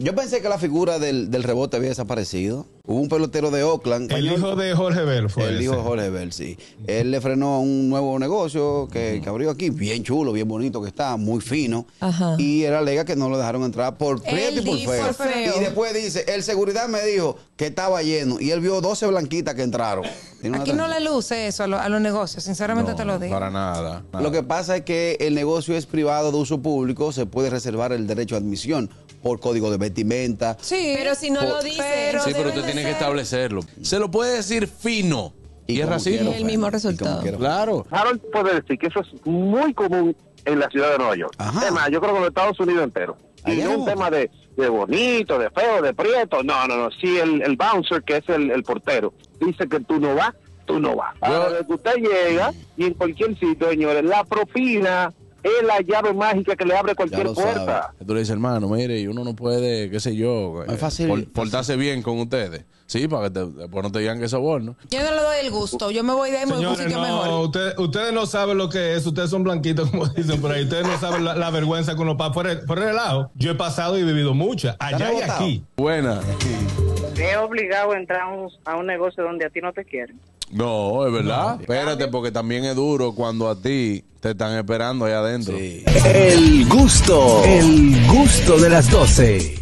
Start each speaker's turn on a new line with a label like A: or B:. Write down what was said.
A: Yo pensé que la figura del, del rebote había desaparecido. Hubo un pelotero de Oakland.
B: El
A: español,
B: hijo de Jorge Bell fue.
A: el
B: ese.
A: hijo de Jorge Bell, sí. Él le frenó a un nuevo negocio que, que abrió aquí, bien chulo, bien bonito que está, muy fino.
C: Ajá.
A: Y él alega que no lo dejaron entrar por prieto y
C: Él
A: por
C: dijo,
A: feo.
C: por feo.
A: Y después dice, el seguridad me dijo que estaba lleno y él vio 12 blanquitas que entraron. Tiene una
C: Aquí no
A: tra-
C: le luce eso a, lo- a los negocios, sinceramente
B: No,
C: te lo digo.
B: Para nada. nada.
A: Lo que pasa es que el negocio es privado de uso público, se puede reservar el derecho a admisión por código de vestimenta.
C: Sí,
D: Pero si no
C: Por-
D: lo dice,
C: pero
E: Sí, pero
D: debe
E: tú
D: de
E: tienes que
D: ser.
E: establecerlo. Se lo puede decir fino. Y, es
A: como quiera,
E: racismo.
A: Fran,
C: mismo
A: y como
C: resultado.
A: quiera.
E: Claro.
F: Harold puede decir que eso es muy común en la ciudad de Nueva York.
A: Ajá.
F: Es más, yo creo que en los Estados Unidos entero. Y
A: Allá
F: no
A: no.
F: un tema de, de bonito, de feo, de prieto. No, no, no. Si el, el bouncer, que es el, el portero, dice que tú no vas, tú no vas. Ahora,
E: Yo-
F: desde que usted llega y en cualquier sitio, señores, la propina es la llave mágica que le abre cualquier
A: lo
F: puerta.
A: sabe.
E: Tú le dices, hermano, mire, y uno no puede, qué sé yo,
A: Es
E: eh,
A: fácil,
E: por-
A: fácil.
E: portarse bien con ustedes. Sí, para que te- después no te digan que es soborno.
C: Yo no le doy el gusto, yo me voy de ahí me voy a un
B: Señores,
C: sitio
B: no,
C: mejor.
B: usted- ustedes no saben lo que es, ustedes son blanquitos, como dicen por ahí, ustedes no saben la, la vergüenza con los papás. Por el, por el lado, yo he pasado y vivido mucha, allá y
A: rebotado?
B: aquí.
E: Buena.
G: Es obligado a entrar a un, a un negocio donde a ti no te quieren.
E: No, es verdad. Espérate, porque también es duro cuando a ti te están esperando allá adentro.
A: Sí.
H: El gusto, el gusto de las 12.